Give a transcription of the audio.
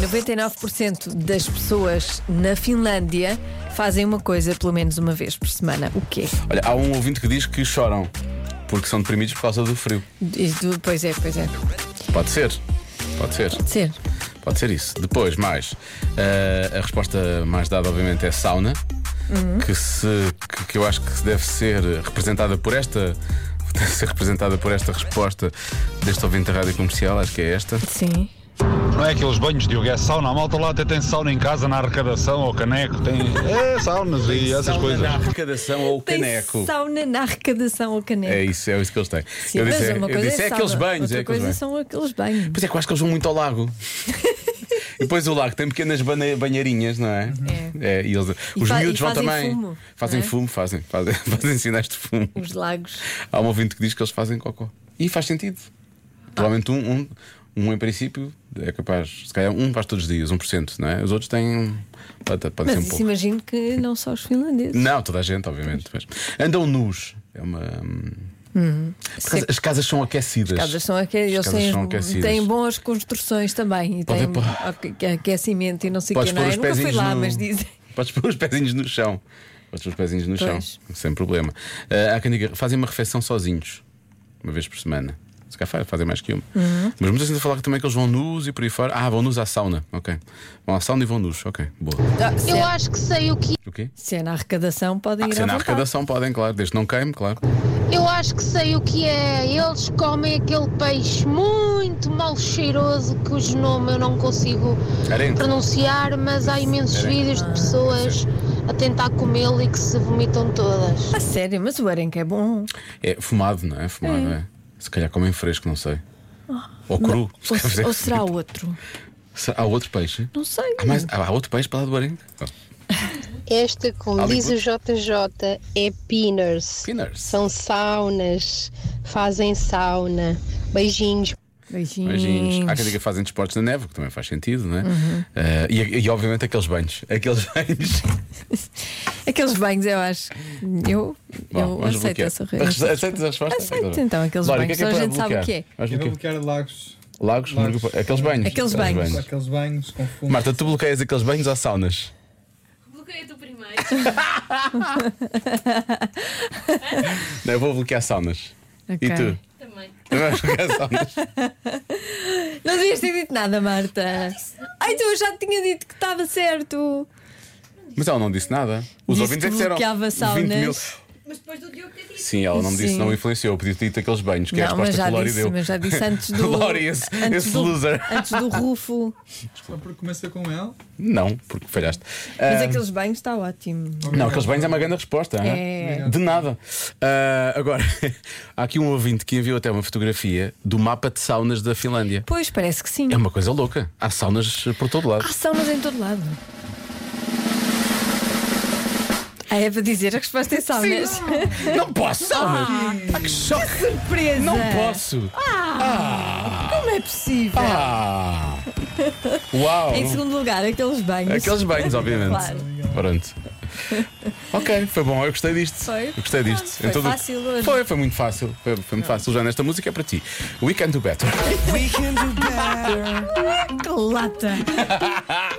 99% das pessoas na Finlândia fazem uma coisa pelo menos uma vez por semana. O quê? Olha, há um ouvinte que diz que choram porque são deprimidos por causa do frio. E tu- Pois é, pois é. Pode ser. Pode ser. Pode ser. Pode ser isso. Depois, mais. eh, a resposta mais dada, obviamente, é sauna, que, se, que, que eu acho que deve ser representada por esta. Deve ser representada por esta resposta deste ouvinte da rádio comercial, acho que é esta. Sim. Não é aqueles banhos, Diogo, é sauna. A malta lá até tem sauna em casa, na arrecadação, ou caneco, tem. É, saunas e essas coisas. Na arrecadação ou Tem caneco. sauna na arrecadação ou caneco. É isso, é isso que eles têm. Sim, eu mas disse, é- uma eu coisa disse, é, sauna, aqueles banhos, outra é aqueles coisa banhos. são aqueles banhos. Pois é, que eu acho que eles vão muito ao lago. E depois o lago tem pequenas bane- banheirinhas, não é? É. e eles, os fa- e miúdos vão fazem também. fumo, fazem não é? fumo, fazem, fazem, fazem sinais de fumo. Os lagos. Há um ouvinte que diz que eles fazem cocó. E faz sentido. Provavelmente um, um, um, em princípio, é capaz. Se calhar um faz todos os dias, 1%, não é? Os outros têm. Pode, pode Mas ser um isso pouco. imagino que não só os finlandeses. Não, toda a gente, obviamente. Mas andam nus. É uma. hum, Por acaso, as casas são aquecidas. Casas são aque... As Eles casas têm, são aquecidas. têm boas construções também e Podem têm pôr- aque- aquecimento e não sei o Podes que. Não, pôr é? Eu os nunca fui pezinhos lá, no... mas dizem. Podes pôr os pezinhos no chão. Podes pôr os pezinhos no Pois. chão, sem problema. Ah, há quem diga, fazem uma refeição sozinhos, uma vez por semana. Se calhar fa- fazem mais que uma. Uhum. Mas muitas vezes falar que também que eles vão nus e por aí fora. Ah, vão nus à sauna, ok. Vão à sauna e vão nus, ok. Boa. Ah, se, Eu é, acho que sei o que O quê? se é na arrecadação, podem Ah, ir se é à na vontade. arrecadação podem, claro, desde que não queime, claro. eu acho que sei o que é. Eles comem aquele peixe muito mal cheiroso cujo nome eu não consigo Arenque. pronunciar, mas há imensos Espera aí. vídeos de pessoas a tentar comê-lo e que se vomitam todas. A sério, mas o arenque é bom. É fumado, não é? Fumado, é. Se calhar comem fresco, não sei. Ou cru. se Ou, calhar se- fizer- Ah, ou será outro? Há outro peixe? Não sei. é Há, mais- há outro peixe para lá do arenque? Oh. Esta, como Ali diz o JJ, é pinners. Pinners. São saunas, fazem sauna. Beijinhos. Beijinhos. Beijinhos. Há quem diga que fazem desportos na neve, o que também faz sentido, não é? Uhum. Eh, e, e, obviamente aqueles banhos. Aqueles banhos. Aqueles banhos, eu acho. Eu, Bom, eu vamos aceito bloquear. essa resposta. Aceitas a resposta? Aceito, então, aqueles Lória, banhos. o que é Só a para gente sabe o que é. bloquear? Vais Eu vou bloquear? bloquear lagos, Lagos? Lagos. Aqueles banhos. Aqueles banhos. aqueles banhos com fumo. Marta, tu bloqueias aqueles banhos ou saunas? Bloqueia tu primeiro. Não, eu vou bloquear saunas. Ok. E tu? Também. Também vais bloquear saunas? Não devias ter dito nada, Marta. Ai, tu eu já te tinha dito que estava certo. Mas ela não disse nada. Os Disse ouvintes é que que disseram. bloqueava 20 mil. saunas. Mas depois do Diogo ter dito. Sim, ela não me disse, Sim. não influenciou. Eu podia ter dito aqueles banhos, que é a não, mas já resposta que o Lória disse, deu. mas já disse antes do. Lória, esse- antes esse do- loser. Antes do rufo. Só porque começa com L. Não, porque falhaste. Mas Ah, aqueles banhos está ótimo. Não, aqueles bens é uma grande resposta. É. hã? De nada. Ah, agora, há aqui um ouvinte que enviou até uma fotografia do mapa de saunas da Finlândia. Pois, parece que sim. É uma coisa louca. Há saunas por todo lado. Há saunas em todo lado. Ah, é para dizer a resposta é saunas. Não posso! Saunas! Ah, que choque! Surpresa! Não posso! Como é possível? Ah! Uau! Em segundo lugar, aqueles banhos. Aqueles banhos, obviamente. É Claro. Pronto. Ok, foi bom, eu gostei disto. Foi. Eu gostei disto. Foi Em todo- fácil hoje. Foi, foi muito fácil. Foi, foi muito fácil. Já nesta música é para ti. We can do better. Que lata!